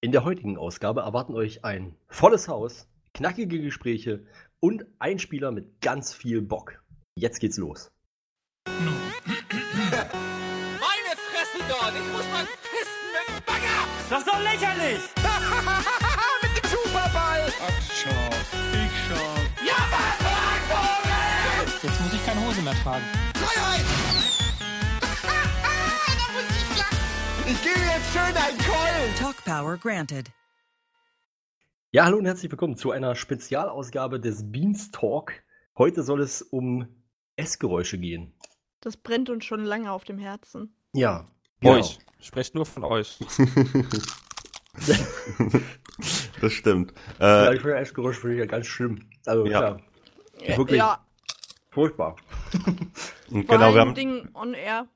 In der heutigen Ausgabe erwarten euch ein volles Haus, knackige Gespräche und Einspieler mit ganz viel Bock. Jetzt geht's los. Meine Fresse dort! Ich muss mal pissen mit dem Bagger! Das ist doch lächerlich! mit dem Superball! Jetzt muss ich keine Hose mehr tragen. Freiheit! da muss ich klar. Ich gebe jetzt schön einen Keulen! Talk power granted. Ja, hallo und herzlich willkommen zu einer Spezialausgabe des Beanstalk. Heute soll es um Essgeräusche gehen. Das brennt uns schon lange auf dem Herzen. Ja. Euch. Sprecht nur von euch. Das stimmt. Ja, Äh, ich finde Essgeräusche finde ich ja ganz schlimm. Also Ja. ja, Wirklich? Ja, furchtbar. und vor genau, wir allem haben, Ding on air.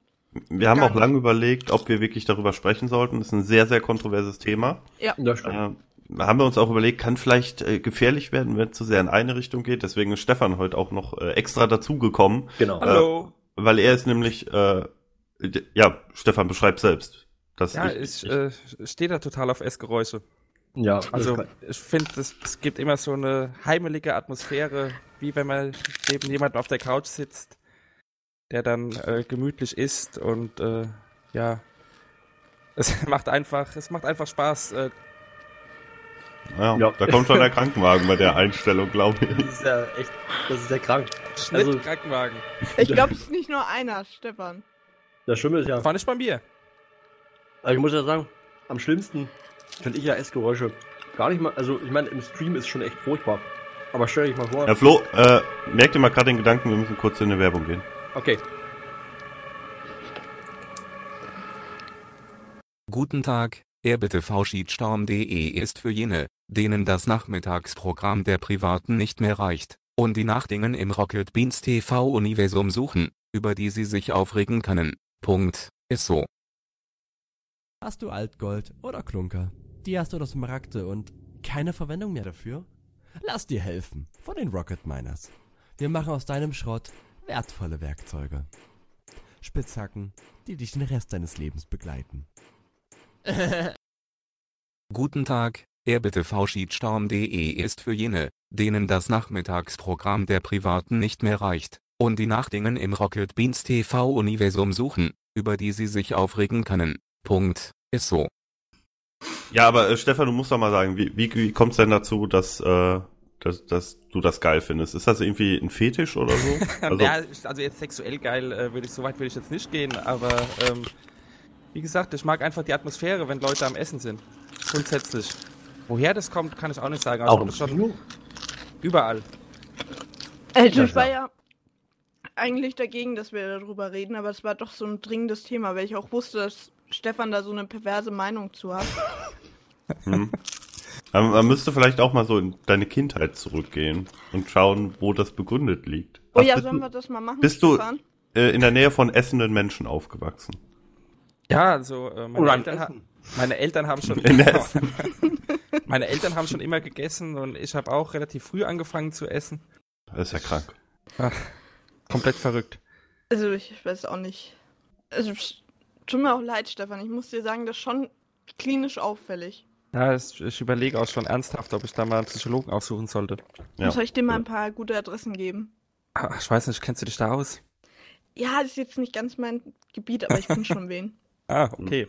wir haben auch Gang. lange überlegt, ob wir wirklich darüber sprechen sollten. Das ist ein sehr, sehr kontroverses Thema. Das Äh, stimmt. haben wir uns auch überlegt, kann vielleicht äh, gefährlich werden, wenn es zu sehr in eine Richtung geht. Deswegen ist Stefan heute auch noch äh, extra dazugekommen, Äh, Genau. Hallo. weil er ist nämlich, äh, d- ja, Stefan beschreibt selbst. Das Ja, ich äh, stehe da total auf Essgeräusche. ja, Also ich finde, es, es gibt immer so eine heimelige Atmosphäre, wie wenn man neben jemandem auf der Couch sitzt, der dann äh, gemütlich isst und äh, ja, es macht einfach, es macht einfach Spaß. Äh, ja, ja. Da kommt schon der Krankenwagen bei der Einstellung, glaube ich. das ist ja echt, das ist ja krank. Schnitt Also- Krankenwagen. Ich glaube, es ist nicht nur einer, Stefan. Das Schlimme ist ja, Das war nicht bei mir. Also ich muss ja sagen, am schlimmsten finde ich ja Essgeräusche. Gar nicht mal, also ich meine, im Stream ist schon echt furchtbar. Aber stell dich mal vor. Herr Flo, äh, merkt ihr mal gerade den Gedanken, wir müssen kurz in eine Werbung gehen. Okay. Guten Tag, erbittefauschidstorm.de ist für jene, denen das Nachmittagsprogramm der Privaten nicht mehr reicht, und die nach Dingen im Rocket Beans TV-Universum suchen, über die sie sich aufregen können. Punkt. Ist so. Hast du Altgold oder Klunker? Dias oder Smaragde und keine Verwendung mehr dafür? Lass dir helfen von den Rocket Miners. Wir machen aus deinem Schrott wertvolle Werkzeuge. Spitzhacken, die dich den Rest deines Lebens begleiten. Guten Tag, erbittefauschidstorm.de ist für jene, denen das Nachmittagsprogramm der Privaten nicht mehr reicht, und die nach Dingen im Rocket Beans TV-Universum suchen, über die sie sich aufregen können. Punkt. Ist so. Ja, aber äh, Stefan, du musst doch mal sagen, wie, wie, wie kommt's denn dazu, dass, äh, dass, dass du das geil findest? Ist das irgendwie ein Fetisch oder so? Also, ja, ich- also jetzt sexuell geil äh, würde ich, so weit würde ich jetzt nicht gehen, aber ähm, wie gesagt, ich mag einfach die Atmosphäre, wenn Leute am Essen sind. Grundsätzlich. Woher das kommt, kann ich auch nicht sagen. Also Auch im das schon Stream. überall. Also Ja, ich war ja eigentlich dagegen, dass wir darüber reden, aber es war doch so ein dringendes Thema, weil ich auch wusste, dass Stefan da so eine perverse Meinung zu hat. hm. man, man müsste vielleicht auch mal so in deine Kindheit zurückgehen und schauen, wo das begründet liegt. Oh Was ja, bist sollen du- wir das mal machen, bist du- Stefan? äh, in der Nähe von essenden Menschen aufgewachsen. Ja, also äh, meine, Oder am Eltern ha- Essen. meine Eltern haben schon In Essen. meine Eltern haben schon immer gegessen und ich habe auch relativ früh angefangen zu essen. Das ist ja krank. Komplett verrückt. Also ich weiß auch nicht. Also es tut mir auch leid, Stefan. Ich muss dir sagen, das ist schon klinisch auffällig. Ja, das, ich überlege auch schon ernsthaft, ob ich da mal einen Psychologen aufsuchen sollte. Ja. Soll ich dir mal ein paar gute Adressen geben? Ah, Ich weiß nicht, kennst du dich da aus? Ja, das ist jetzt nicht ganz mein Gebiet, aber ich bin schon wen. Ah, okay.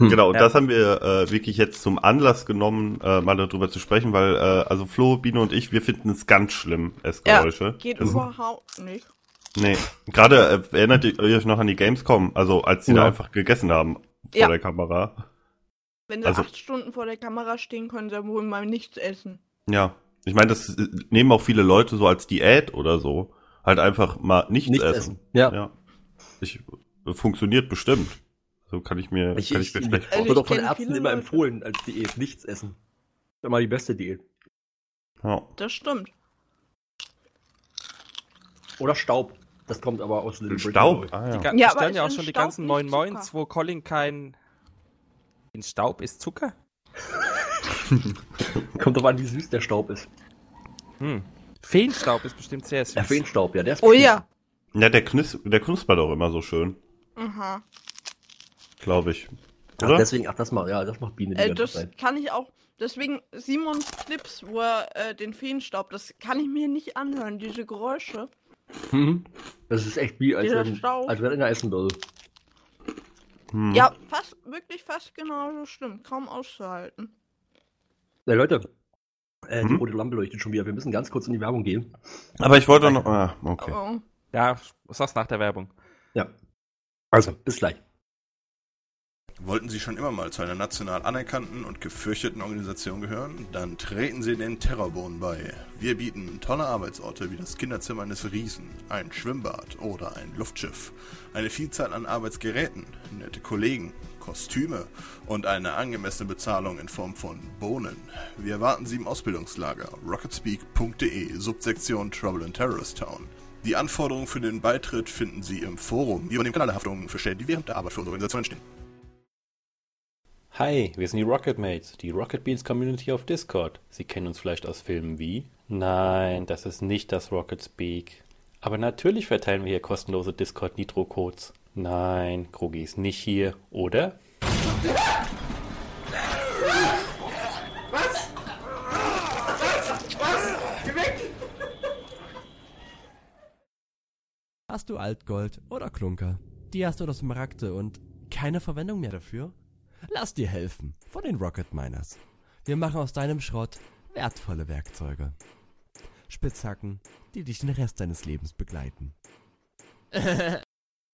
Hm. Genau, und Ja. das haben wir äh, wirklich jetzt zum Anlass genommen, äh, mal darüber zu sprechen, weil äh, also Flo, Biene und ich, wir finden es ganz schlimm, Essgeräusche. Geht das, überhaupt nicht. Nee, gerade äh, erinnert ihr euch noch an die Gamescom, also als die Ja. da einfach gegessen haben vor Ja. der Kamera. Wenn sie Also- acht Stunden vor der Kamera stehen, können sie wohl mal nichts essen. Ja, ich meine, das äh, nehmen auch viele Leute so als Diät oder so, halt einfach mal nichts, Nichts essen. essen. Ja. Ja. Ich, äh, funktioniert bestimmt. So kann ich mir, Ich, kann ich, ich ich, mir schlecht Also wird ich auch von kenn Ärzten viele immer Leute. empfohlen als Diät. Nichts essen. Das ist immer die beste Diät. ja. Das stimmt. Oder Staub. Das kommt aber aus Little Britain, glaub Staub. ich. Ah, Die ja. ga- Ja, aber stellen ist ja auch in schon die Staub ganzen nicht Moin Moins, Zucker? wo Colin kein. In Staub ist Zucker? Kommt aber an, wie süß der Staub ist. Hm. Feenstaub ist bestimmt sehr süß. Der Feenstaub, ja, der ist Oh ja. ja, der, Knus der knuspert auch immer so schön, Aha. glaube ich. Ach, Oder? deswegen, ach, das macht, ja, das macht Biene die Äh, ganze das Zeit. kann ich auch. Deswegen Simons Clips, wo er äh, den Feenstaub, das kann ich mir nicht anhören, diese Geräusche. Mhm. Das ist echt wie, als, Dieser wenn- Staub. als wenn einer essen würde. Mhm. Hm. Ja, fast, wirklich fast genauso stimmt. Kaum auszuhalten. Ja, Leute, äh, die Hm? rote Lampe leuchtet schon wieder. Wir müssen ganz kurz in die Werbung gehen. Aber ich wollte noch. Ah, okay. Oh. Ja, sag's nach der Werbung. Also, bis gleich. Wollten Sie schon immer mal zu einer national anerkannten und gefürchteten Organisation gehören? Dann treten Sie den Terrorbohnen bei. Wir bieten tolle Arbeitsorte wie das Kinderzimmer eines Riesen, ein Schwimmbad oder ein Luftschiff, eine Vielzahl an Arbeitsgeräten, nette Kollegen, Kostüme und eine angemessene Bezahlung in Form von Bohnen. Wir erwarten Sie im Ausbildungslager rocketspeak.de, Subsektion Trouble in Terrorist Town. Die Anforderungen für den Beitritt finden Sie im Forum. Wir übernehmen keinerlei Haftungen für Schäden, die während der Arbeit für unsere Organisation entstehen. Hi, wir sind die Rocket Mates, die Rocket Beans Community auf Discord. Sie kennen uns vielleicht aus Filmen wie? Nein, das ist nicht das Rocket Speak. Aber natürlich verteilen wir hier kostenlose Discord Nitro Codes. Nein, Krogi ist nicht hier, oder? Hast du Altgold oder Klunker? Dias oder Smaragde und keine Verwendung mehr dafür? Lass dir helfen von den Rocket Miners. Wir machen aus deinem Schrott wertvolle Werkzeuge. Spitzhacken, die dich den Rest deines Lebens begleiten.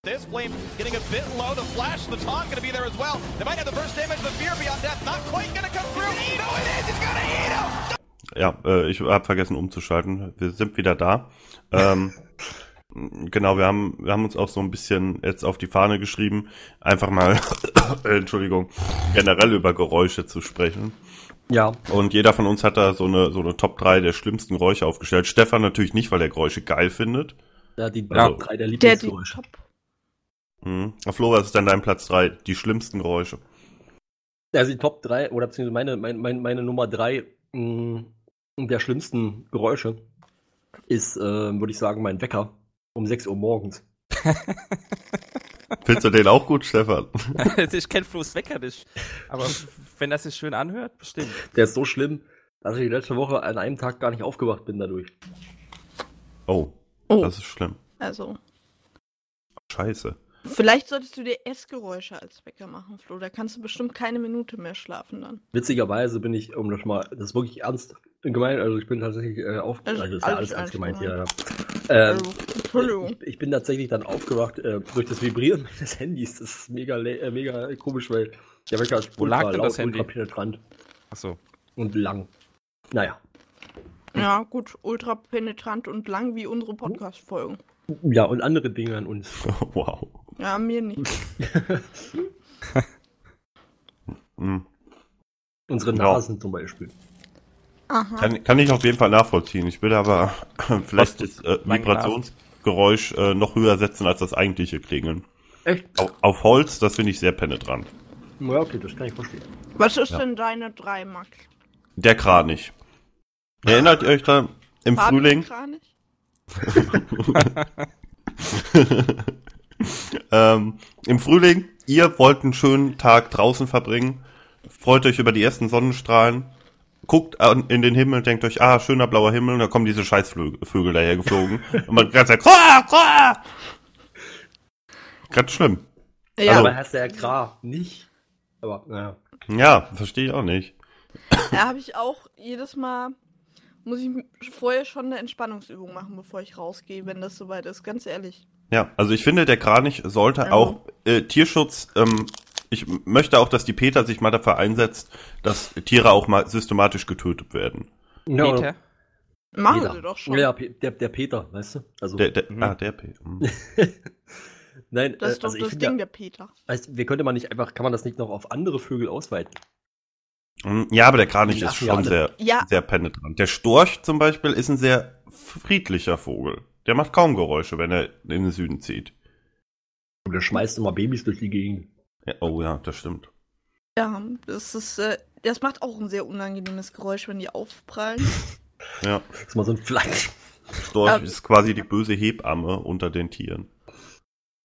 This flame getting a bit low. The flash, the taunt gonna be there as well. They might have the burst damage, the fear beyond death. Not quite gonna come through. Ito it is! It's gonna Ito! Ja, äh, ich habe vergessen umzuschalten. Wir sind wieder da. Ähm, genau, wir haben, wir haben uns auch so ein bisschen jetzt auf die Fahne geschrieben, einfach mal, Entschuldigung, generell über Geräusche zu sprechen. Ja, Und jeder von uns hat da so eine, so eine Top 3 der schlimmsten Geräusche aufgestellt. Stefan natürlich nicht, weil er Geräusche geil findet. Also, ja die Ja. drei Der der die Lieblingsgeräusche. Top. Mhm. Flo, was ist denn dein Platz 3? Die schlimmsten Geräusche. Also die Top 3 oder beziehungsweise meine, mein, mein, meine Nummer 3 der schlimmsten Geräusche ist, äh, würde ich sagen, mein Wecker um 6 Uhr morgens. Findest du den auch gut, Stefan? ich kenn Flo's Wecker nicht. Aber wenn das sich schön anhört, bestimmt. Der ist so schlimm, dass ich die letzte Woche an einem Tag gar nicht aufgewacht bin dadurch. Oh, Oh, das ist schlimm. also. Scheiße. Hm? Vielleicht solltest du dir Essgeräusche als Wecker machen, Flo. Da kannst du bestimmt keine Minute mehr schlafen dann. Witzigerweise bin ich, um das mal, das ist wirklich ernst gemeint, also ich bin tatsächlich äh, auf, also, ist ja alles ernst gemeint hier. Ja. Ähm, Also, Entschuldigung. Ich, ich bin tatsächlich dann aufgewacht äh, durch das Vibrieren meines Handys. Das ist mega, le- äh, mega komisch, weil der Wecker ist Wo lag denn das Handy? ultra penetrant Achso. und lang. Naja, Hm. Ja, gut, ultra penetrant und lang wie Oh. unsere Podcast-Folgen. ja, und andere Dinge an uns. Wow. Ja, mir nicht. Mhm. Unsere Ja. Nasen zum Beispiel. Aha. Kann, kann ich auf jeden Fall nachvollziehen. Ich will aber vielleicht das äh, Lange Vibrationsgeräusch äh, noch höher setzen als das eigentliche Klingeln. Echt? Auf, auf Holz, das finde ich sehr penetrant. Ja, okay, das kann ich verstehen. Was ist Ja. denn deine 3, Max? Der Kranich. Erinnert ihr euch da im Frühling? Kranich? ähm, Im Frühling, ihr wollt einen schönen Tag draußen verbringen, freut euch über die ersten Sonnenstrahlen, guckt an, in den Himmel, denkt euch, ah, schöner blauer Himmel, und da kommen diese Scheißvögel Vögel daher geflogen. und man kann sagen, Ah, Kra, Kra! Ganz schlimm. Also, Ja, Aber heißt der Gra nicht. Aber, naja. Ja, verstehe ich auch nicht. da habe Äh, ich auch jedes Mal, muss ich vorher schon eine Entspannungsübung machen, bevor ich rausgehe, wenn das soweit ist, ganz ehrlich. Ja, also ich finde, der Kranich sollte Ja. auch äh, Tierschutz. Ähm, ich m- möchte auch, dass die Peter sich mal dafür einsetzt, dass Tiere auch mal systematisch getötet werden. Peter? Machen Peter. sie doch schon. Ja, Pe- der, der Peter, weißt du? Also, Der, der, Mhm. Ah, der Peter. Mhm. nein, Das äh, ist doch also ich das finde, Ding, ja, der Peter. weißt, wir könnte man nicht einfach, kann man das nicht noch auf andere Vögel ausweiten? Mm, Ja, aber der Kranich Die ist lachen ja schon alle. sehr, Ja, sehr penetrant. Der Storch zum Beispiel ist ein sehr friedlicher Vogel. Der macht kaum Geräusche, wenn er in den Süden zieht. Der schmeißt immer Babys durch die Gegend. Ja, oh ja, das stimmt. ja, das ist, äh, das macht auch ein sehr unangenehmes Geräusch, wenn die aufprallen. Ja, Das ist mal so ein Fleisch. Storch Aber- ist quasi die böse Hebamme unter den Tieren.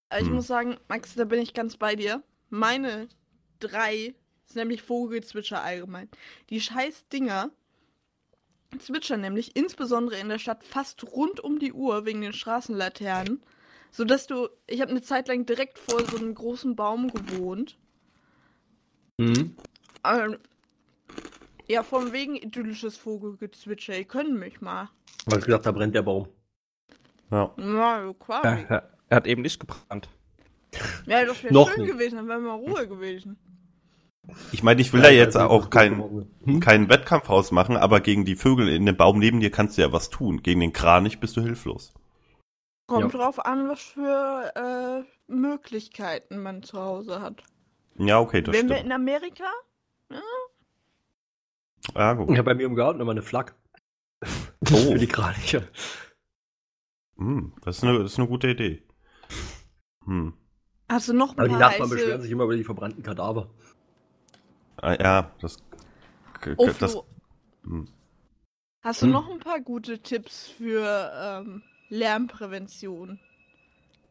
Aber Äh, ich Hm. muss sagen, Max, da bin ich ganz bei dir. Meine drei, ist nämlich Vogelzwitscher allgemein. Die scheiß Dinger zwitschern nämlich insbesondere in der Stadt fast rund um die Uhr wegen den Straßenlaternen, sodass du, ich habe eine Zeit lang direkt vor so einem großen Baum gewohnt. Hm, Mhm. Ähm, ja, von wegen idyllisches Vogelgezwitscher, ihr könnt mich mal. Weil ich gesagt, da brennt der Baum. Ja. Ja, quasi. Er, er hat eben nicht gebrannt. Ja, das wäre Noch schön nicht. gewesen, dann wäre mal Ruhe gewesen. Ich meine, ich will Ja, da jetzt also, auch das keinen ist- Hm? keinen Wettkampf ausmachen, aber gegen die Vögel in dem Baum neben dir kannst du ja was tun. Gegen den Kranich bist du hilflos. Kommt drauf an, was für äh, Möglichkeiten man zu Hause hat. Ja, okay, das Wären wir stimmt. in Amerika? Ja, Ah, gut. Ich habe bei mir im Garten immer eine Flak. Oh. Für die Kraniche. Hm, das, ist eine, das ist eine gute Idee. Hm. Hast du noch ein Aber die paar Nachbarn heiße beschweren sich immer über die verbrannten Kadaver. Ah, Ja, das, k- Oh, k- das Flo, hm. Hast du Hm. noch ein paar gute Tipps für ähm, Lärmprävention?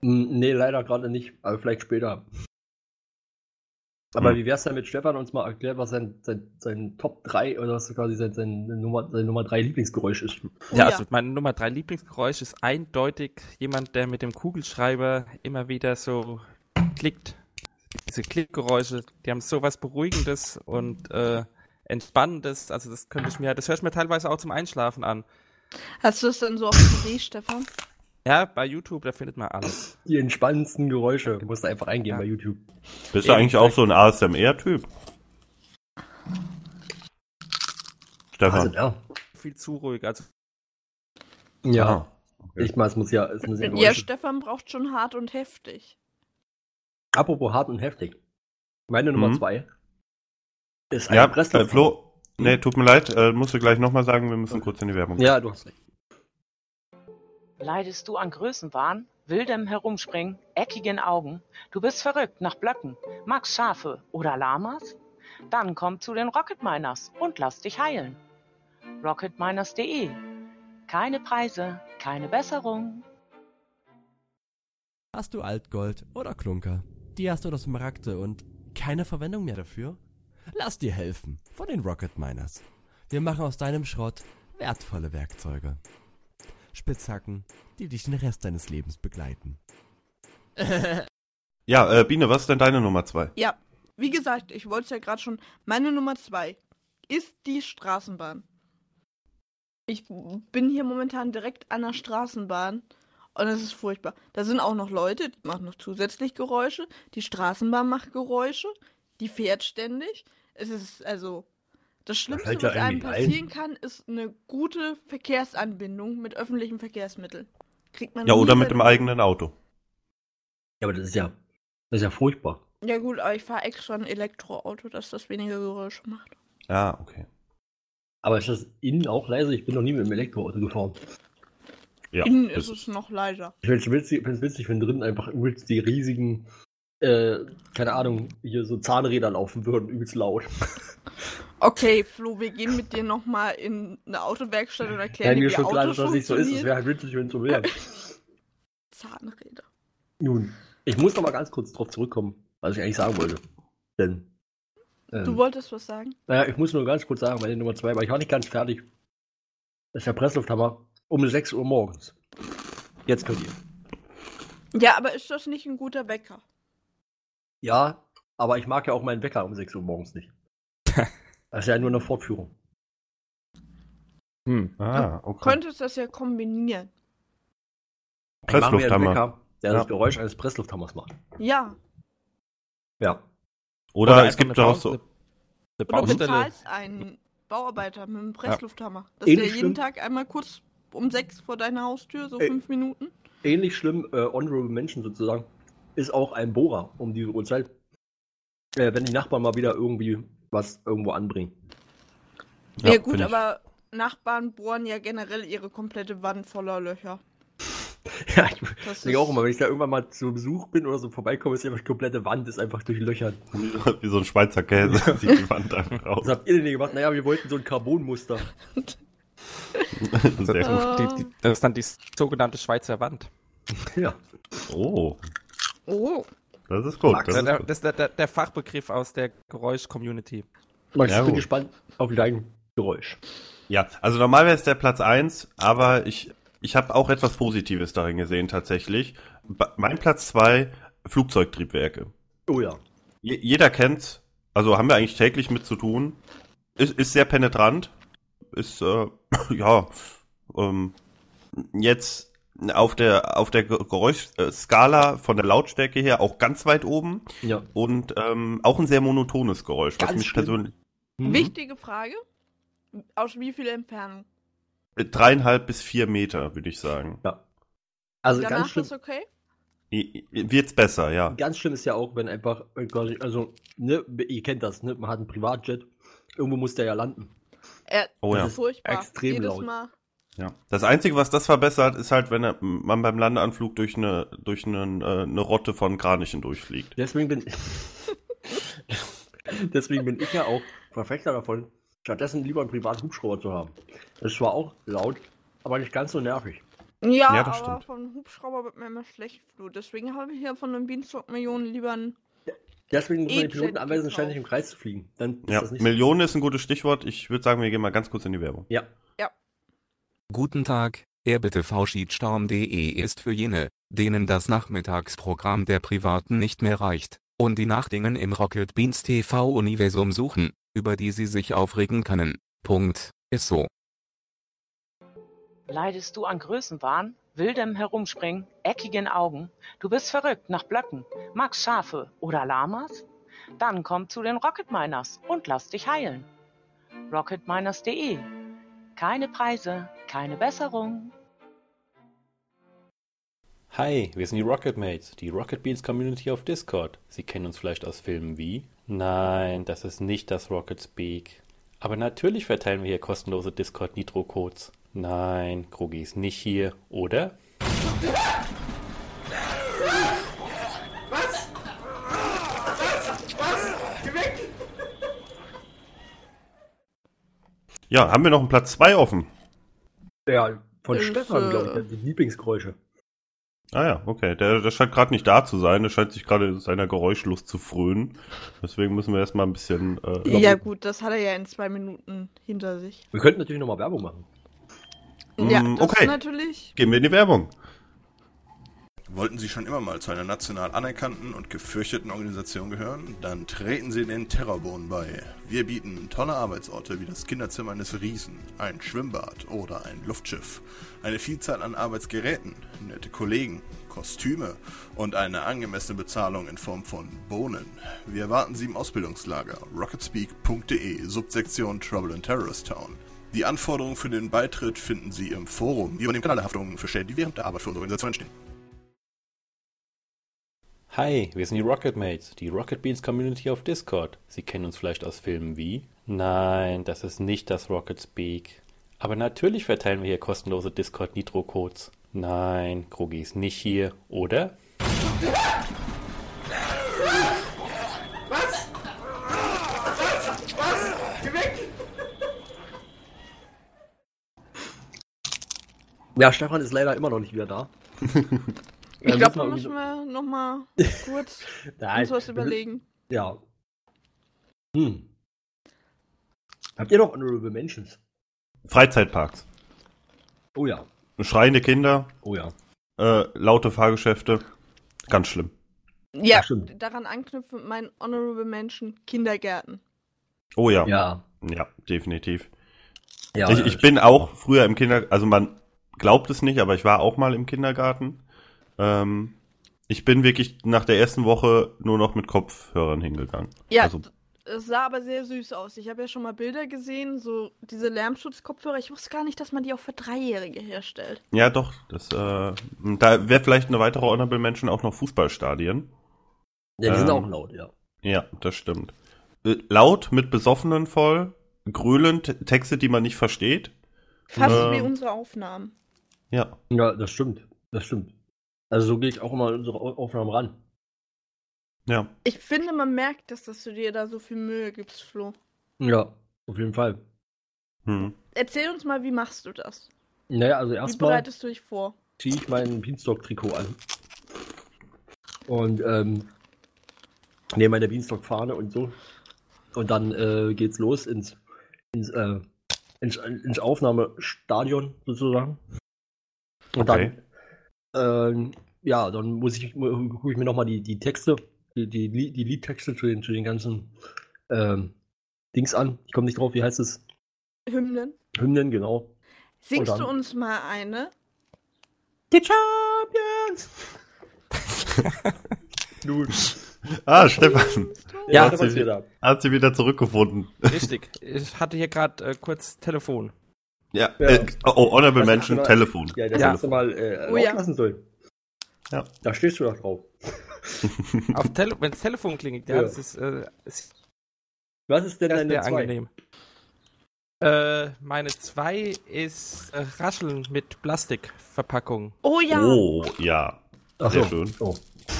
Hm, Nee, leider gerade nicht. Aber vielleicht später. Aber Hm. wie wär's denn mit Stefan uns mal erklärt, was sein, sein, sein Top 3 oder was quasi sein, sein Nummer, sein Nummer 3 Lieblingsgeräusch ist? Oh Ja, also mein Nummer drei Lieblingsgeräusch ist eindeutig jemand, der mit dem Kugelschreiber immer wieder so klickt. Diese Klickgeräusche, die haben sowas Beruhigendes und äh, Entspannendes. Also das könnte ich mir, das höre ich mir teilweise auch zum Einschlafen an. Hast du das dann so auf CD, Stefan? Ja, bei YouTube, da findet man alles. Die entspannendsten Geräusche. Du musst einfach eingehen bei YouTube. bist du eben, eigentlich auch so ein ASMR-Typ? Also, Stefan. ja. Viel zu ruhig. Also Ja. Ah, okay. Ich meine, es muss ja, es muss ja Ja, Geräusche Stefan braucht schon hart und heftig. Apropos hart und heftig. Meine Nummer Mhm. zwei ist ein ja, Presslufthammer. äh, Flo, nee, tut mir leid, äh, musst du gleich nochmal sagen, wir müssen kurz in die Werbung. Ja, du hast recht. Leidest du an Größenwahn, wildem Herumspringen, eckigen Augen? Du bist verrückt nach Blöcken, magst Schafe oder Lamas? Dann komm zu den Rocket Miners und lass dich heilen. Rocketminers.de Keine Preise, keine Besserung. Hast du also Altgold oder Klunker? Dias oder Smaragde und keine Verwendung mehr dafür? Lass dir helfen von den Rocket Miners. Wir machen aus deinem Schrott wertvolle Werkzeuge. Spitzhacken, die dich den Rest deines Lebens begleiten. Ja, äh, Biene, was ist denn deine Nummer zwei? Ja, wie gesagt, ich wollte es ja gerade schon. Meine Nummer zwei ist die Straßenbahn. Ich bin hier momentan direkt an der Straßenbahn und das ist furchtbar. Da sind auch noch Leute, die machen noch zusätzlich Geräusche. Die Straßenbahn macht Geräusche, die fährt ständig. Es ist also das Schlimmste, fällt ja was einem eigentlich ein. passieren kann, ist eine gute Verkehrsanbindung mit öffentlichen Verkehrsmitteln. Kriegt man Ja, nie oder mit seine- dem eigenen Auto. Ja, aber das ist ja, das ist ja furchtbar. Ja gut, aber ich fahre extra ein Elektroauto, dass das weniger Geräusche macht. Ja, Ah, okay. Aber ist das innen auch leise? Ich bin noch nie mit dem Elektroauto gefahren. Ja, Innen das ist es noch leiser. Ich finde es witzig, find's witzig, wenn drinnen einfach übelst die riesigen, äh, keine Ahnung, hier so Zahnräder laufen würden, übelst laut. Okay, Flo, wir gehen mit dir nochmal in eine Autowerkstatt und erklären Wenn dir, mir wie schon klar, Autos dass das nicht so ist, es funktionieren. wäre halt witzig, wenn es so wäre. Zahnräder. Nun, ich muss noch mal ganz kurz drauf zurückkommen, was ich eigentlich sagen wollte. Denn, ähm, Du wolltest was sagen? Naja, ich muss nur ganz kurz sagen, meine Nummer zwei, weil ich war nicht ganz fertig. Das ist der Presslufthammer um 6 Uhr morgens. Jetzt könnt ihr. Ja, aber ist das nicht ein guter Wecker? Ja, aber ich mag ja auch meinen Wecker um 6 Uhr morgens nicht. Das ist ja nur eine Fortführung. Hm. Ah, Du okay. könntest das ja kombinieren. Ich mach mir einen Presslufthammer. Wecker, der Ja. das Geräusch eines Presslufthammers macht. Ja, Ja. Oder, es einfach eine gibt doch auch Bau- so. eine- Eine oder du Baustelle. bezahlst einen Bauarbeiter mit einem Presslufthammer, dass Eh der nicht jeden schlimm. Tag einmal kurz um sechs vor deiner Haustür, so Ey. fünf Minuten. Ähnlich schlimm, äh, Honorable Menschen sozusagen, ist auch ein Bohrer um diese Uhrzeit. Äh, wenn die Nachbarn mal wieder irgendwie was irgendwo anbringen. Ja, gut, find ich. aber Nachbarn bohren ja generell ihre komplette Wand voller Löcher. Ja, ich Das denke auch immer, wenn ich da irgendwann mal zu Besuch bin oder so vorbeikomme, ist einfach die komplette Wand ist einfach durchlöchert. Wie so ein Schweizer Käse sieht die Wand einfach Was raus. habt ihr denn hier gemacht? Naja, wir wollten so ein Carbonmuster. Äh. Sehr gut. Die, die, das ist dann die sogenannte Schweizer Wand. Ja. Oh. Oh, Das ist gut. Das Das ist, der, ist gut. das ist der, der, der Fachbegriff aus der Geräusch-Community. Max, ich bin gut. gespannt auf dein Geräusch. Ja, also normal wäre es der Platz eins, aber ich, ich habe auch etwas Positives darin gesehen tatsächlich. Ba- mein Platz zwei Flugzeugtriebwerke. Oh ja. Je, jeder kennt's, also haben wir eigentlich täglich mit zu tun. Ist, ist sehr penetrant. Ist, äh, ja, ähm, jetzt auf der, auf der Ge- Geräuschskala von der Lautstärke her auch ganz weit oben. Ja. Und ähm, auch ein sehr monotones Geräusch, was Ganz mich schlimm. persönlich Mhm. Mhm. Wichtige Frage. Aus wie viel Entfernung? äh, dreieinhalb bis vier Meter, würde ich sagen. Ja. Also ganz Danach schlimm, ist okay? I- i- Wird's besser, ja. ganz schlimm ist ja auch, wenn einfach, äh, quasi- also, ne, ihr kennt das, ne? Man hat einen Privatjet, irgendwo muss der ja landen. Äh, Oh ja. Furchtbar. Extrem Jedes laut. Mal. Ja. Das Einzige, was das verbessert, ist halt, wenn er- man beim Landeanflug durch eine, durch einen, äh, eine Rotte von Kranichen durchfliegt. Deswegen bin Deswegen bin ich ja auch Verfechter davon, stattdessen lieber einen privaten Hubschrauber zu haben. Das ist zwar auch laut, aber nicht ganz so nervig. Ja, Ja, aber das stimmt. von Hubschrauber wird mir immer schlecht Flut. Deswegen habe ich hier von den Bienenstock-Millionen lieber einen. Deswegen muss man den E-Jet Piloten anweisen, gekauft. ständig im Kreis zu fliegen. Dann ist Ja. das nicht Millionen ist ein gutes Stichwort. Ich würde sagen, wir gehen mal ganz kurz in die Werbung. Ja. Guten Tag, erbitevschiedstaum.de ist für jene, denen das Nachmittagsprogramm der Privaten nicht mehr reicht und die Nachdingen im Rocket Beans TV Universum suchen, über die sie sich aufregen können. Punkt. Ist so. Leidest du an Größenwahn, wildem Herumspringen, eckigen Augen? Du bist verrückt nach Blöcken, magst Schafe oder Lamas? Dann komm zu den Rocket Miners und lass dich heilen. Rocketminers.de Keine Preise, keine Besserung. Hi, wir sind die Rocketmates, die Rocket Beans Community auf Discord. Sie kennen uns vielleicht aus Filmen wie? Nein, das ist nicht das Rocket Speak. Aber natürlich verteilen wir hier kostenlose Discord Nitro Codes. Nein, Krogi ist nicht hier, oder? Ja, haben wir noch einen Platz zwei offen? Ja, von Ist, Stefan, äh, glaube ich, die Lieblingsgeräusche. Ah ja, okay. Der, der scheint gerade nicht da zu sein. Der scheint sich gerade seiner Geräuschlust zu frönen. Deswegen müssen wir erstmal ein bisschen. Äh, Ja, gut, das hat er ja in zwei Minuten hinter sich. Wir könnten natürlich nochmal Werbung machen. Mm, ja, das okay. ist natürlich. Gehen wir in die Werbung. Wollten Sie schon immer mal zu einer national anerkannten und gefürchteten Organisation gehören? Dann treten Sie den Terrorbohnen bei. Wir bieten tolle Arbeitsorte wie das Kinderzimmer eines Riesen, ein Schwimmbad oder ein Luftschiff, eine Vielzahl an Arbeitsgeräten, nette Kollegen, Kostüme und eine angemessene Bezahlung in Form von Bohnen. Wir erwarten Sie im Ausbildungslager rocketspeak.de, Subsektion Trouble in Terrorist Town. Die Anforderungen für den Beitritt finden Sie im Forum. Wir übernehmen alle Haftungen für Schäden, die während der Arbeit für unsere Organisation entstehen. Hi, wir sind die Rocketmates, die Rocket Beans Community auf Discord. Sie kennen uns vielleicht aus Filmen wie? Nein, das ist nicht das Rocket Speak. Aber natürlich verteilen wir hier kostenlose Discord Nitro Codes. Nein, Krogi ist nicht hier, oder? Ja, Stefan ist leider immer noch nicht wieder da. Ich Dann glaube, da müssen müssen wir wir nochmal kurz irgendwie so- Nein, uns was wir- überlegen. Ja. Hm. Habt ihr noch Honorable Mentions? Freizeitparks. Oh ja. Schreiende Kinder, Oh ja. äh, laute Fahrgeschäfte. Ganz schlimm. Ja, stimmt. daran anknüpfend mein Honorable Mention Kindergärten. Oh ja. Ja. Ja, definitiv. ja äh, ich ich bin auch früher im Kindergarten, also man glaubt es nicht, aber ich war auch mal im Kindergarten. Ähm, ich bin wirklich nach der ersten Woche nur noch mit Kopfhörern hingegangen. Ja, Also, d- es sah aber sehr süß aus. Ich habe ja schon mal Bilder gesehen, so diese Lärmschutzkopfhörer. Ich wusste gar nicht, dass man die auch für Dreijährige herstellt. ja, doch. Das, äh, da wäre vielleicht eine weitere Honorable Mention auch noch Fußballstadien. Ja, die sind Ähm, auch laut, ja. Ja, das stimmt. Äh, laut, mit Besoffenen voll, gröhlend, Texte, die man nicht versteht. Fast wie Ähm. unsere Aufnahmen. Ja, Ja, das stimmt. Das stimmt. Also so gehe ich auch immer an unsere Au- Aufnahmen ran. ja. Ich finde, man merkt das, dass du dir da so viel Mühe gibst, Flo. Ja, auf jeden Fall. Hm. Erzähl uns mal, wie machst du das? Naja, also Wie erstmal bereitest du dich vor? ziehe ich mein Beanstalk-Trikot an. Und ähm, nehme meine Beanstalk-Fahne und so. Und dann äh, geht's los ins, ins, äh, ins, ins Aufnahmestadion sozusagen. Und Okay. dann, ähm, ja, dann muss ich, mu- gucke ich mir nochmal die, die Texte, die, die, Lied- die Liedtexte zu den, zu den ganzen ähm, Dings an. Ich komme nicht drauf, wie heißt es? Hymnen. Hymnen, genau. Singst Und du dann- uns mal eine? Die Champions! Nun. Ah, Stefan. Ja, Hat Stefan ist sie- wieder. Hat sie wieder zurückgefunden. Richtig. Ich hatte hier gerade äh, kurz Telefon. Ja. Äh, oh, Honorable Das hättest du Mention, mal- Telefon. Also, genau, Ja, das Ja. hättest du mal äh, Oh ja. laufen lassen sollen. Ja. Da stehst du doch drauf. Auf Tele Wenn das Telefon klingelt, ja, Ja. das ist, äh, ist Was ist denn sehr, deine sehr zwei? angenehm. Äh, meine 2 ist äh, Rascheln mit Plastikverpackung. Oh ja. Oh, ja. Ach Sehr so. schön. Oh.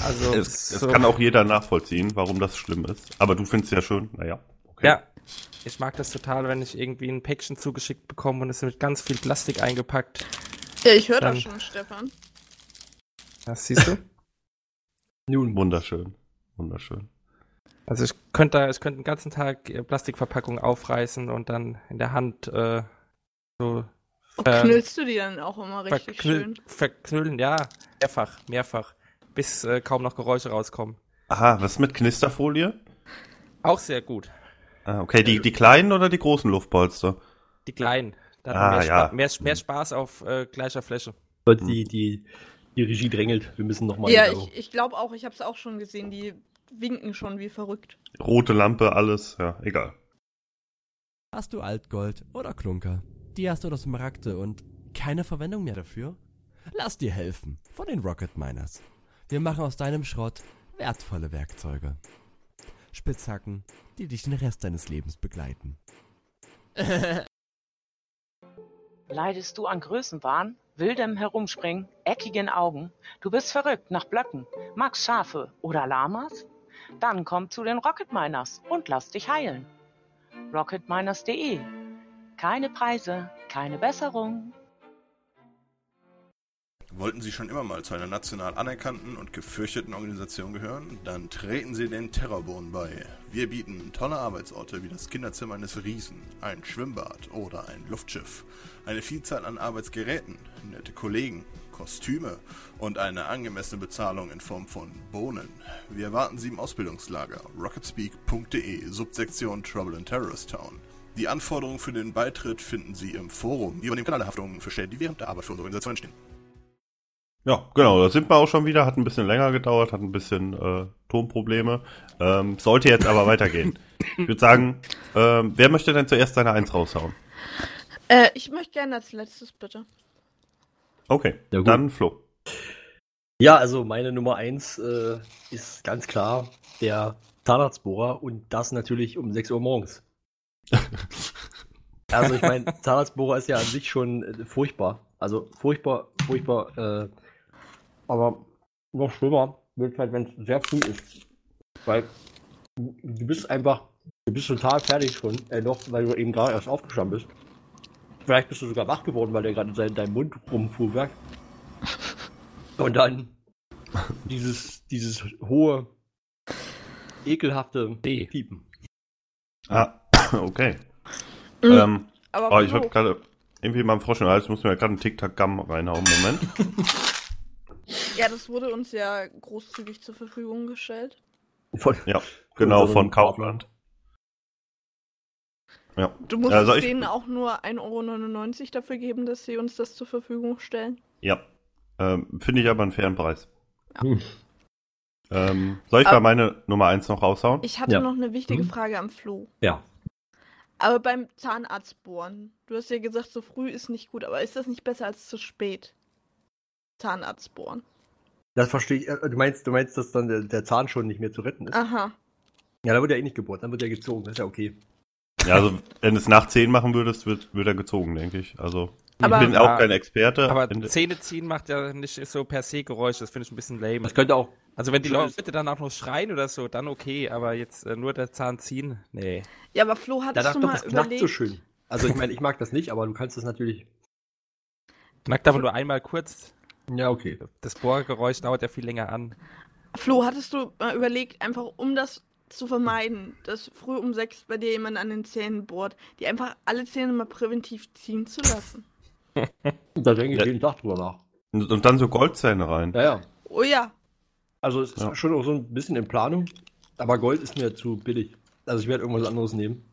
Also, Es, so- es kann auch jeder nachvollziehen, warum das schlimm ist. Aber du findest es ja schön. Naja. Okay. Ja, ich mag das total, wenn ich irgendwie ein Päckchen zugeschickt bekomme und es ist mit ganz viel Plastik eingepackt. Ja, ich höre Dann- das schon, Stefan. Das siehst du? Nun, Wunderschön. Wunderschön. Also ich könnte da- ich könnte den ganzen Tag äh, Plastikverpackungen aufreißen und dann in der Hand äh, so Oh, Ähm, knüllst du die dann auch immer richtig verknü schön? verknüllen, ja, mehrfach, mehrfach, bis äh, kaum noch Geräusche rauskommen. Aha, was mit Knisterfolie? Auch sehr gut. Ah, okay, die, die kleinen oder die großen Luftpolster? Die kleinen, da Ah, hat mehr, ja. Spa mehr, mehr Spaß auf äh, gleicher Fläche. Leute, die, die, die Regie drängelt. Wir müssen nochmal. Ja, ich, ich glaube auch, ich habe es auch schon gesehen. Die winken schon wie verrückt. Rote Lampe, alles, ja, egal. Hast du Altgold oder Klunker? Dias oder Smaragde und keine Verwendung mehr dafür? Lass dir helfen von den Rocket Miners. Wir machen aus deinem Schrott wertvolle Werkzeuge. Spitzhacken, die dich den Rest deines Lebens begleiten. Leidest du an Größenwahn, wildem Herumspringen, eckigen Augen? Du bist verrückt nach Blöcken, magst Schafe oder Lamas? Dann komm zu den Rocket Miners und lass dich heilen. Rocketminers.de Keine Preise, keine Besserung. Wollten Sie schon immer mal zu einer national anerkannten und gefürchteten Organisation gehören? Dann treten Sie den Terrorbohnen bei. Wir bieten tolle Arbeitsorte wie das Kinderzimmer eines Riesen, ein Schwimmbad oder ein Luftschiff, eine Vielzahl an Arbeitsgeräten, nette Kollegen, Kostüme und eine angemessene Bezahlung in Form von Bohnen. Wir erwarten Sie im Ausbildungslager rocketspeak.de, Subsektion Trouble in Terrorist Town. Die Anforderungen für den Beitritt finden Sie im Forum. Wir übernehmen keinerlei Haftungen für Schäden, die während der Arbeit für unsere Organisation entstehen. Ja, genau, da sind wir auch schon wieder. Hat ein bisschen länger gedauert, hat ein bisschen äh, Tonprobleme. Ähm, sollte jetzt aber weitergehen. Ich würde sagen, ähm, wer möchte denn zuerst seine Eins raushauen? Äh, ich möchte gerne als letztes bitte. Okay, Ja, gut. dann Flo. ja, also meine Nummer eins äh, ist ganz klar der Zahnarztbohrer und das natürlich um 6 Uhr morgens. Also ich meine, Zahnarztbohrer ist ja an sich schon äh, furchtbar. Also furchtbar, furchtbar. Äh, aber noch schlimmer wird halt, wenn es sehr früh ist. Weil du du bist einfach, du bist total fertig schon, äh, noch, weil du eben gerade erst aufgestanden bist. Vielleicht bist du sogar wach geworden, weil der gerade in deinem Mund rumfuhrwerk. Und dann dieses, dieses hohe, ekelhafte D. Piepen. Ah, okay. Mhm. Ähm, Aber oh, ich wieso? habe gerade irgendwie mal einen Frosch im Hals, muss mir ja gerade einen Tic-Tac-Gum reinhauen. Moment. ja, das wurde uns ja großzügig zur Verfügung gestellt. Von, Ja, genau, unserem von Kaufland. Ja. Du musst Also ich- denen auch nur 1,99 Euro dafür geben, dass sie uns das zur Verfügung stellen. Ja. Ähm, Finde ich aber einen fairen Preis. Hm. Ähm, soll ich mal Aber- meine Nummer 1 noch raushauen? Ich hatte Ja. noch eine wichtige Mhm. Frage am Flo. Ja. Aber beim Zahnarzt bohren. Du hast ja gesagt, so früh ist nicht gut, aber ist das nicht besser als zu spät? Zahnarzt bohren. Das verstehe ich. äh, Du meinst, du meinst, dass dann der, der Zahn schon nicht mehr zu retten ist? Aha. Ja, da wird er eh nicht gebohrt, dann wird er gezogen, das ist ja okay. Ja, also wenn du es nach 10 machen würdest, wird, wird er gezogen, denke ich. Also Aber- ich bin Ja. auch kein Experte. Aber In- Zähne ziehen macht ja nicht so per se Geräusche, das finde ich ein bisschen lame. Das könnte auch. Also wenn die Leute dann auch noch schreien oder so, dann okay, aber jetzt äh, nur der Zahn ziehen, nee. Ja, aber Flo, Da hattest darf du doch mal das knackt überlegt? so schön. Also ich meine, ich mag das nicht, aber du kannst das natürlich. Knackt aber nur einmal kurz. Ja, okay. Das Bohrgeräusch dauert ja viel länger an. Flo, hattest du mal überlegt, einfach um das zu vermeiden, dass früh um sechs bei dir jemand an den Zähnen bohrt, die einfach alle Zähne mal präventiv ziehen zu lassen? Da denke ich jeden Tag drüber nach. Und und dann so Goldzähne rein. Ja, ja. Oh ja, Also es ist Ja. schon auch so ein bisschen in Planung, aber Gold ist mir zu billig. Also ich werde irgendwas anderes nehmen.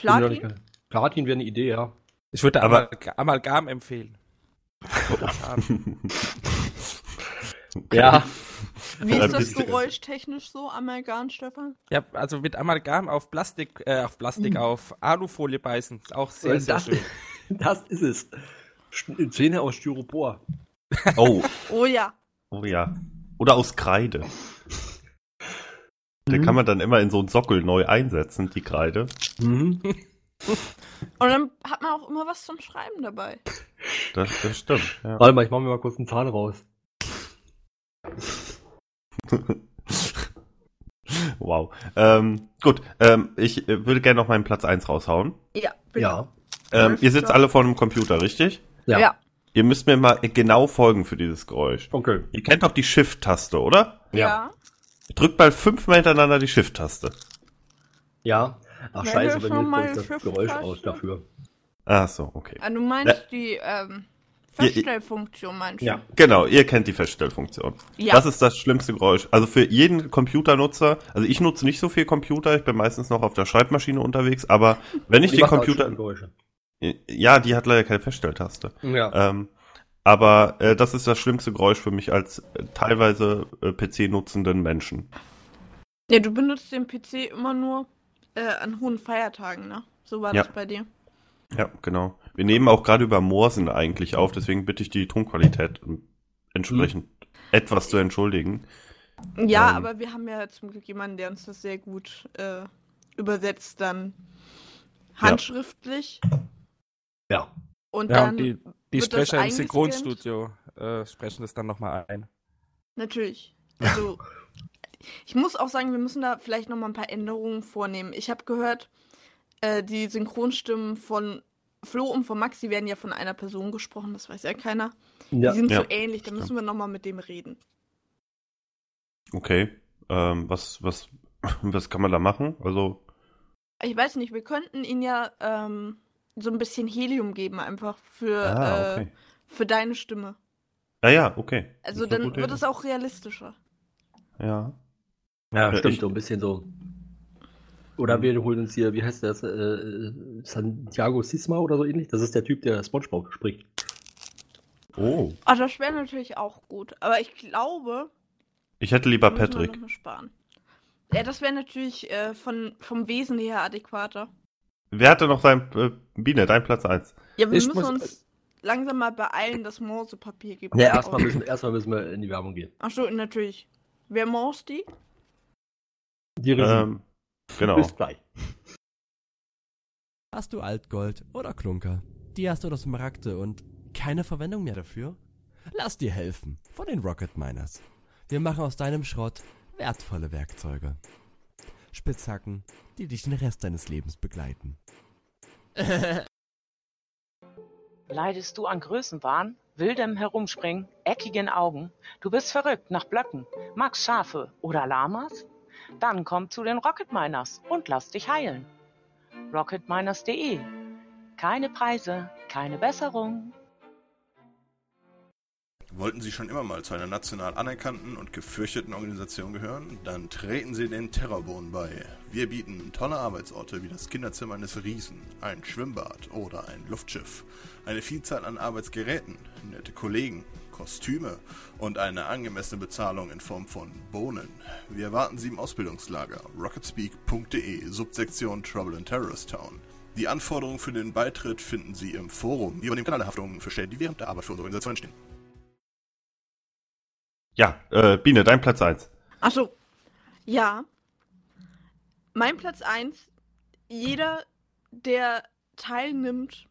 Bin mir noch nicht Platin? ge- Platin wäre eine Idee, ja. Ich würde Aber- aber Amalgam empfehlen. Amalgam. Ja. Wie ist das Bitte. geräuschtechnisch so, Amalgam, Stefan? ja, also mit Amalgam auf Plastik, äh, auf Plastik, Hm. auf Alufolie beißen. Ist Auch sehr, Und sehr das, schön. das ist es. Sch- Zähne aus Styropor. Oh, Oh ja. oh ja. Oder aus Kreide. Der Hm. kann man dann immer in so einen Sockel neu einsetzen, die Kreide. Mhm. Und dann hat man auch immer was zum Schreiben dabei. Das, das stimmt. Ja. Warte mal, ich mache mir mal kurz einen Zahn raus. wow. Ähm, gut, ähm, ich äh, würde gerne noch meinen Platz 1 raushauen. Ja, Ja. Ähm, ihr sitzt klar. alle vor einem Computer, richtig? Ja. Ja. Ihr müsst mir mal äh, genau folgen für dieses Geräusch. Okay. Ihr kennt doch die Shift-Taste, oder? Ja. Drückt mal fünfmal hintereinander die Shift-Taste. Ja. Ach Wenn scheiße, du bei schon mal mir kommt das Schrift Geräusch hast, aus ne? dafür. Ach so, okay. Ah, du Ne? meinst die ähm, Ja, ich- Feststellfunktion, meinst du? Ja. Genau, ihr kennt die Feststellfunktion. Ja. Das ist das schlimmste Geräusch. Also für jeden Computernutzer, also ich nutze nicht so viel Computer, ich bin meistens noch auf der Schreibmaschine unterwegs, aber wenn ich Die den macht auch Computer. schöne Geräusche. Ja, die hat leider keine Feststelltaste. Ja. Ähm, aber äh, das ist das schlimmste Geräusch für mich als äh, teilweise äh, PC-nutzenden Menschen. Ja, du benutzt den PC immer nur äh, an hohen Feiertagen, ne? So war Ja. das bei dir. Ja, genau. Wir nehmen auch gerade über Morsen eigentlich auf, deswegen bitte ich die Tonqualität ähm, entsprechend etwas zu entschuldigen. Ja, Ähm. aber wir haben ja zum Glück jemanden, der uns das sehr gut äh, übersetzt dann handschriftlich Ja. und Ja, dann und die, die wird das Sprecher im eingescannt? Synchronstudio äh, sprechen das dann nochmal ein. Natürlich. Also, ich muss auch sagen, wir müssen da vielleicht noch mal ein paar Änderungen vornehmen. Ich habe gehört, äh, die Synchronstimmen von Flo und von Max, die werden ja von einer Person gesprochen, das weiß ja keiner. Ja. die sind Ja. so ähnlich, da müssen wir noch mal mit dem reden. Okay. Ähm, was, was, was kann man da machen? Also, Ich weiß nicht, wir könnten ihnen ja ähm, so ein bisschen Helium geben, einfach für, ah, äh, okay. für deine Stimme. Ja, ah ja, okay. Also Ist eine dann gute wird Idee. es auch realistischer. Ja. Ja, Ja, stimmt, ich- so ein bisschen so. Oder wir holen uns hier, wie heißt das, äh, Santiago Sisma oder so ähnlich? Das ist der Typ, der Spongebob spricht. Oh. Ah, das wäre natürlich auch gut. Aber ich glaube, Ich hätte lieber Müssen wir Patrick. noch mal sparen. Ja, das wäre natürlich äh, von, vom Wesen her adäquater. Wer hatte noch sein äh, Biene, dein Platz 1? Ja, wir Ich müssen muss- uns langsam mal beeilen, dass Morsepapier gibt. Ja, erstmal müssen, erstmal müssen wir in die Werbung gehen. Achso, natürlich. Wer morst die? Die Regie. Ähm, genau. Bis gleich. Hast du Altgold oder Klunker? Dias oder Smaragde und keine Verwendung mehr dafür? Lass dir helfen von den Rocket Miners. Wir machen aus deinem Schrott wertvolle Werkzeuge. Spitzhacken, die dich den Rest deines Lebens begleiten. Leidest du an Größenwahn, wildem Herumspringen, eckigen Augen? Du bist verrückt nach Blöcken, magst Schafe oder Lamas? Dann komm zu den Rocket Miners und lass dich heilen. rocketminers.de E. Keine Preise, keine Besserung. Wollten Sie schon immer mal zu einer national anerkannten und gefürchteten Organisation gehören? Dann treten Sie den Terrorbohnen bei. Wir bieten tolle Arbeitsorte wie das Kinderzimmer eines Riesen, ein Schwimmbad oder ein Luftschiff, eine Vielzahl an Arbeitsgeräten, nette Kollegen, Kostüme und eine angemessene Bezahlung in Form von Bohnen. Wir erwarten Sie im Ausbildungslager rocketspeak.de, Subsektion Trouble in Terrorist Town. Die Anforderungen für den Beitritt finden Sie im Forum. Wir übernehmen keine Haftungen für Schäden, die während der Arbeit für unsere Organisation entstehen. Ja, äh, Biene, dein Platz 1. Achso. Ja. Mein Platz 1. Jeder, der teilnimmt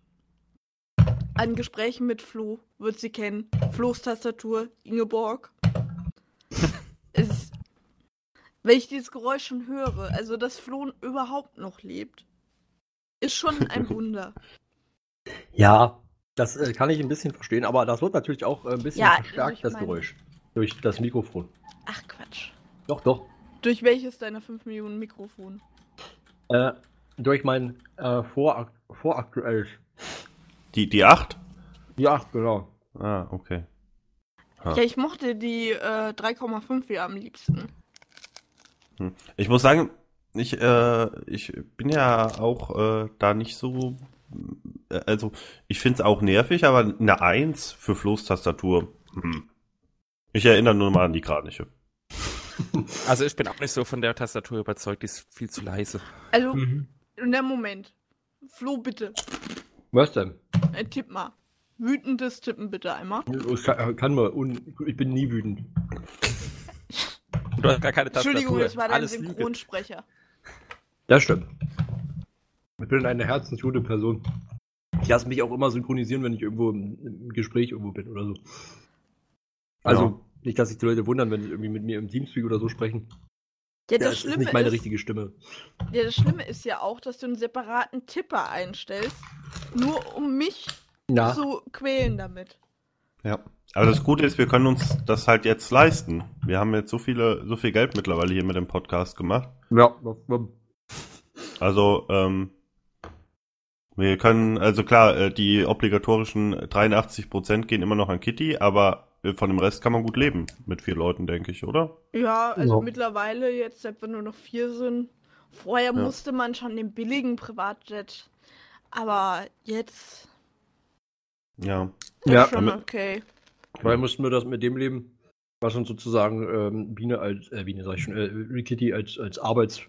an Gesprächen mit Flo, wird sie kennen. Flo's Tastatur, Ingeborg. es ist, wenn ich dieses Geräusch schon höre, also dass Flo überhaupt noch lebt, ist schon ein Wunder. Ja, das äh, kann ich ein bisschen verstehen, aber das wird natürlich auch äh, ein bisschen Ja, also verstärkt, ich das meine- Geräusch. Durch das Mikrofon. Ach Quatsch. Doch, doch. Durch welches deiner 5 Millionen Mikrofone? Äh, durch mein äh, Vorak voraktuelles. Die, die 8? Die 8, genau. Ah, okay. Ha. Ja, ich mochte die äh, 3,5 ja am liebsten. Hm. Ich muss sagen, ich, äh, ich bin ja auch äh, da nicht so. äh, Also, ich finde es auch nervig, aber eine 1 für Flo's Tastatur. Hm. Ich erinnere nur mal an die Kraniche. Also ich bin auch nicht so von der Tastatur überzeugt, die ist viel zu leise. Also, na Moment. Flo, bitte. Was denn? Äh, tipp mal. Wütendes Tippen bitte einmal. Ich kann, äh, kann mal. Un ich bin nie wütend. Du hast gar keine Tastatur. Entschuldigung, das war dein Alles Lüge. Synchronsprecher. Das stimmt. Ich bin eine herzensgute Person. Ich lasse mich auch immer synchronisieren, wenn ich irgendwo im, im Gespräch irgendwo bin oder so. Also, Ja. nicht, dass sich die Leute wundern, wenn sie irgendwie mit mir im Teamspeak oder so sprechen. Ja, das es ist Schlimme nicht meine ist- richtige Stimme. Ja, das Schlimme ist ja auch, dass du einen separaten Tipper einstellst, nur um mich Ja. zu quälen damit. Ja. Aber Also das Gute ist, wir können uns das halt jetzt leisten. Wir haben jetzt so viele, so viel Geld mittlerweile hier mit dem Podcast gemacht. Ja. Also, ähm, wir können, also klar, äh, die obligatorischen 83% gehen immer noch an Kitty, aber äh, von dem Rest kann man gut leben. Mit vier Leuten, denke ich, oder? Ja, also Ja. mittlerweile jetzt, seit wir nur noch vier sind. Vorher Ja. musste man schon den billigen Privatjet. Aber jetzt Ja. ist schon okay. Weil mussten wir das mit dem leben, was uns sozusagen ähm, Biene als, äh, Biene sag ich schon, äh, Kitty als, als Arbeits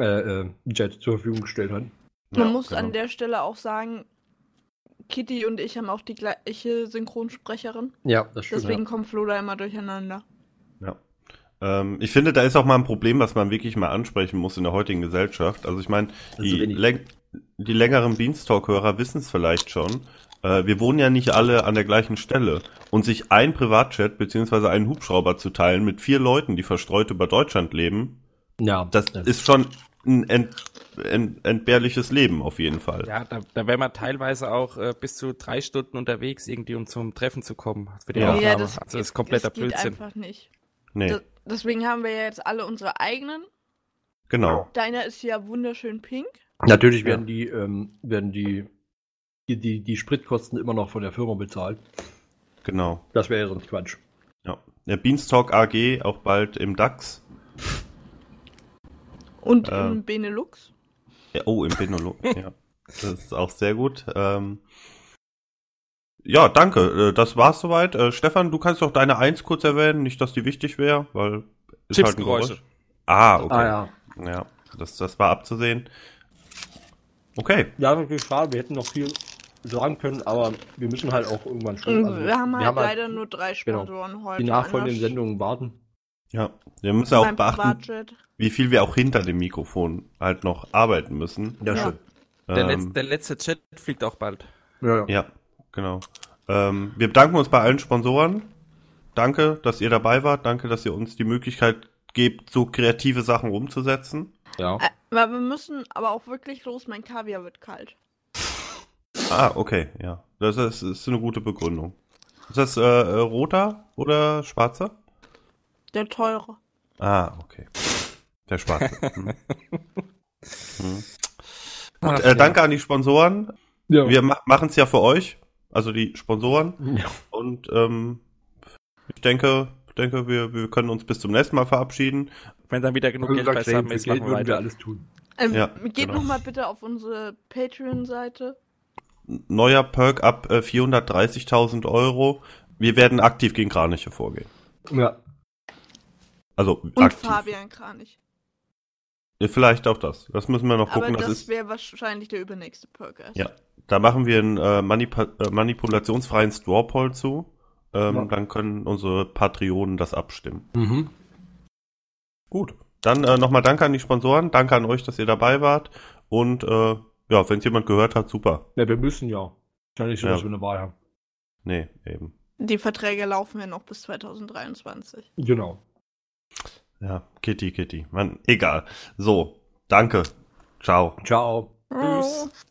äh, äh, Jet zur Verfügung gestellt hat. Man muss genau. an der Stelle auch sagen, Kitty und ich haben auch die gleiche Synchronsprecherin. Ja, das stimmt, Deswegen ja. kommt Flo da immer durcheinander. Ja. Ähm, ich finde, da ist auch mal ein Problem, was man wirklich mal ansprechen muss in der heutigen Gesellschaft. Also ich meine, die, läng die längeren Beanstalk-Hörer wissen es vielleicht schon. Äh, wir wohnen ja nicht alle an der gleichen Stelle. Und sich ein Privatjet beziehungsweise einen Hubschrauber zu teilen mit vier Leuten, die verstreut über Deutschland leben, ja, das ist schon ein ent ent entbehrliches Leben auf jeden Fall. Ja, da, da wäre man teilweise auch äh, bis zu drei Stunden unterwegs, irgendwie um zum Treffen zu kommen. Für die Ja. Aufnahme. Ja, das- also das ist kompletter das geht Blödsinn. einfach nicht. Nee. Da- Deswegen haben wir ja jetzt alle unsere eigenen. Genau. Deiner ist ja wunderschön pink. Natürlich werden die, ähm, werden die, die, die, die Spritkosten immer noch von der Firma bezahlt. Genau. Das wäre ja sonst Quatsch. Ja. Der Beanstalk AG auch bald im DAX. Und Äh. im Benelux. Ja, oh, im Benolo. ja. Das ist auch sehr gut. Ähm, ja, danke. Äh, Das war's soweit. Äh, Stefan, du kannst doch deine Eins kurz erwähnen, nicht, dass die wichtig wäre, weil ist halt ein Chipsgeräusche. Geräusch. Ah, okay. Ah, ja. Ja, das, das war abzusehen. Okay. Ja, natürlich schade, wir hätten noch viel sagen können, aber wir müssen halt auch irgendwann schon. Wir haben halt leider nur drei Sponsoren heute, genau, Die nachfolgenden anders- Sendungen warten. Ja, wir müssen auch Beim beachten, Privatjet. wie viel wir auch hinter dem Mikrofon halt noch arbeiten müssen. Ja, Ja. stimmt. Der, Ähm, Letz-, der letzte Chat fliegt auch bald. Ja, genau. Ähm, wir bedanken uns bei allen Sponsoren. Danke, dass ihr dabei wart. Danke, dass ihr uns die Möglichkeit gebt, so kreative Sachen umzusetzen. Ja. Äh, weil wir müssen aber auch wirklich los, mein Kaviar wird kalt. Ah, okay, ja. Das ist, ist eine gute Begründung. Ist das äh, äh, roter oder schwarzer? Der teure. Ah, okay. Der schwarze. hm. Mhm. Hm. Ach, Ah, Gut, ja. äh, danke an die Sponsoren. Ja. Wir ma machen es ja für euch, also die Sponsoren. Ja. Und ähm, ich denke, denke wir, wir können uns bis zum nächsten Mal verabschieden. Wenn dann wieder genug Geld bei Sam ist, machen wir weiter. tun. Ähm, Ja, geht genau. nochmal bitte auf unsere Patreon-Seite. Neuer Perk ab äh, 430.000 Euro. Wir werden aktiv gegen Kraniche vorgehen. Ja. Also Und aktiv. Fabian Kranich. Vielleicht auch das. Das müssen wir noch Aber gucken. das ist das wäre wahrscheinlich der übernächste Perk. erst. Ja, da machen wir einen äh, Manipa äh, manipulationsfreien Straw Poll zu. Ähm, Ja. Dann können unsere Patreonen das abstimmen. Mhm. Gut. Dann äh, nochmal danke an die Sponsoren, danke an euch, dass ihr dabei wart. Und äh, ja, wenn es jemand gehört hat, super. Ja, wir müssen ja. Ist ja nicht so, Ja. dass wir eine Wahl haben. Nee, eben. Die Verträge laufen ja noch bis 2023. Genau. Ja, Kitty, Kitty. Mann, egal. So, danke. Ciao. Ciao. Tschüss.